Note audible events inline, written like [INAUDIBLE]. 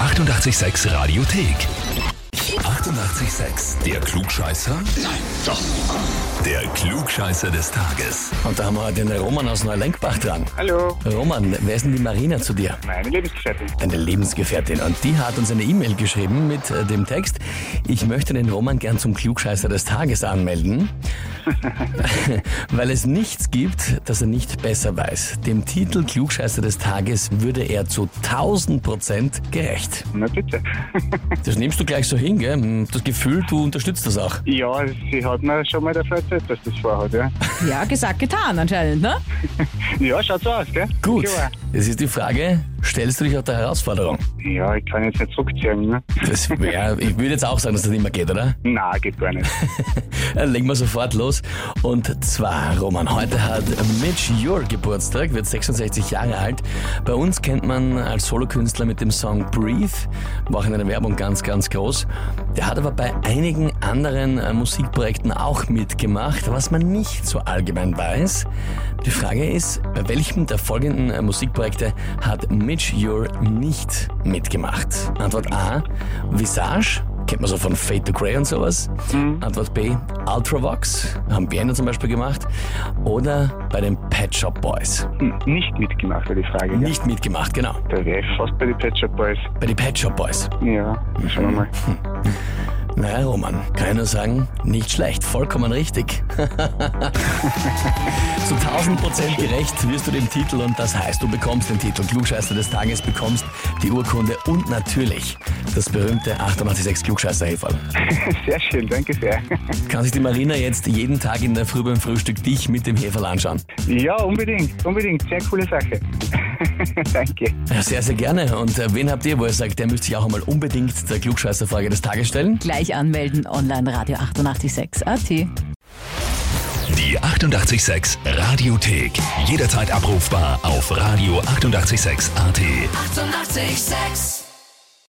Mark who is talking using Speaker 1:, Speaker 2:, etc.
Speaker 1: 886 Radiothek. 88,6. Der Klugscheißer? Nein, doch. Der Klugscheißer des Tages.
Speaker 2: Und da haben wir heute den Roman aus Neulenkbach dran.
Speaker 3: Hallo,
Speaker 2: Roman, wer ist denn die Marina zu dir?
Speaker 3: meine Lebensgefährtin.
Speaker 2: Deine Lebensgefährtin. Und die hat uns eine E-Mail geschrieben mit äh, dem Text, ich möchte den Roman gern zum Klugscheißer des Tages anmelden, weil es nichts gibt, das er nicht besser weiß. Dem Titel Klugscheißer des Tages würde er zu 1000 Prozent gerecht.
Speaker 3: Na bitte. [LAUGHS]
Speaker 2: Das nimmst du gleich so hin, gell? Hm, Das Gefühl, du unterstützt das auch.
Speaker 3: ja, sie hat mir schon mal davon erzählt, dass das
Speaker 2: [LAUGHS]
Speaker 3: vorhat, ja.
Speaker 4: Ja, gesagt, getan anscheinend, ne?
Speaker 3: Ja, schaut so aus, gell?
Speaker 2: Gut,
Speaker 3: Ja,
Speaker 2: es ist die Frage, stellst du dich auch der Herausforderung?
Speaker 3: Ja, ich kann jetzt nicht zurückziehen, ne?
Speaker 2: Das wär, ich würde jetzt auch sagen, dass das nicht mehr geht, oder?
Speaker 3: Na, geht gar nicht.
Speaker 2: [LAUGHS] Dann legen wir sofort los. Und zwar, Roman, heute hat Mitch Jur Geburtstag, wird 66 Jahre alt. Bei uns kennt man als Solokünstler mit dem Song Breathe, war auch in einer Werbung ganz, ganz groß. Der hat aber bei einigen anderen äh, Musikprojekten auch mitgemacht, was man nicht so allgemein weiß. Die Frage ist, bei welchem der folgenden äh, Musikprojekte hat Mitch Jur nicht mitgemacht? Antwort A, Visage. Kennt man so von Fade to Grey und sowas. Antwort B, Ultravox, haben Vienna zum Beispiel gemacht. Oder bei den Pet Shop Boys.
Speaker 3: Hm, Nicht mitgemacht, war die Frage, ja.
Speaker 2: Nicht mitgemacht, genau.
Speaker 3: Da wäre ich fast bei den Pet Shop Boys.
Speaker 2: Bei den Pet Shop Boys.
Speaker 3: Ja, schauen wir
Speaker 2: [LAUGHS]
Speaker 3: mal.
Speaker 2: Naja, Roman, kann ich nur sagen, nicht schlecht, vollkommen richtig. [LAUGHS] Zu 1000% gerecht wirst du dem Titel und das heißt, du bekommst den Titel Klugscheißer des Tages, bekommst die Urkunde und natürlich das berühmte 886 klugscheißer -Häferl.
Speaker 3: Sehr schön, danke sehr.
Speaker 2: Kann sich die Marina jetzt jeden Tag in der Früh beim Frühstück dich mit dem Heferl anschauen?
Speaker 3: Ja, unbedingt, unbedingt. Sehr coole Sache. [LAUGHS] danke.
Speaker 2: Ja, Sehr, sehr gerne. Und äh, wen habt ihr, wo ihr sagt, der müsste sich auch einmal unbedingt der Klugscheißerfrage des Tages stellen?
Speaker 4: Gleich anmelden, online Radio 886 AT.
Speaker 1: Die 88,6 Radiothek. Jederzeit abrufbar auf radio886.at. 88,6.
Speaker 5: Eighty-eight, sex.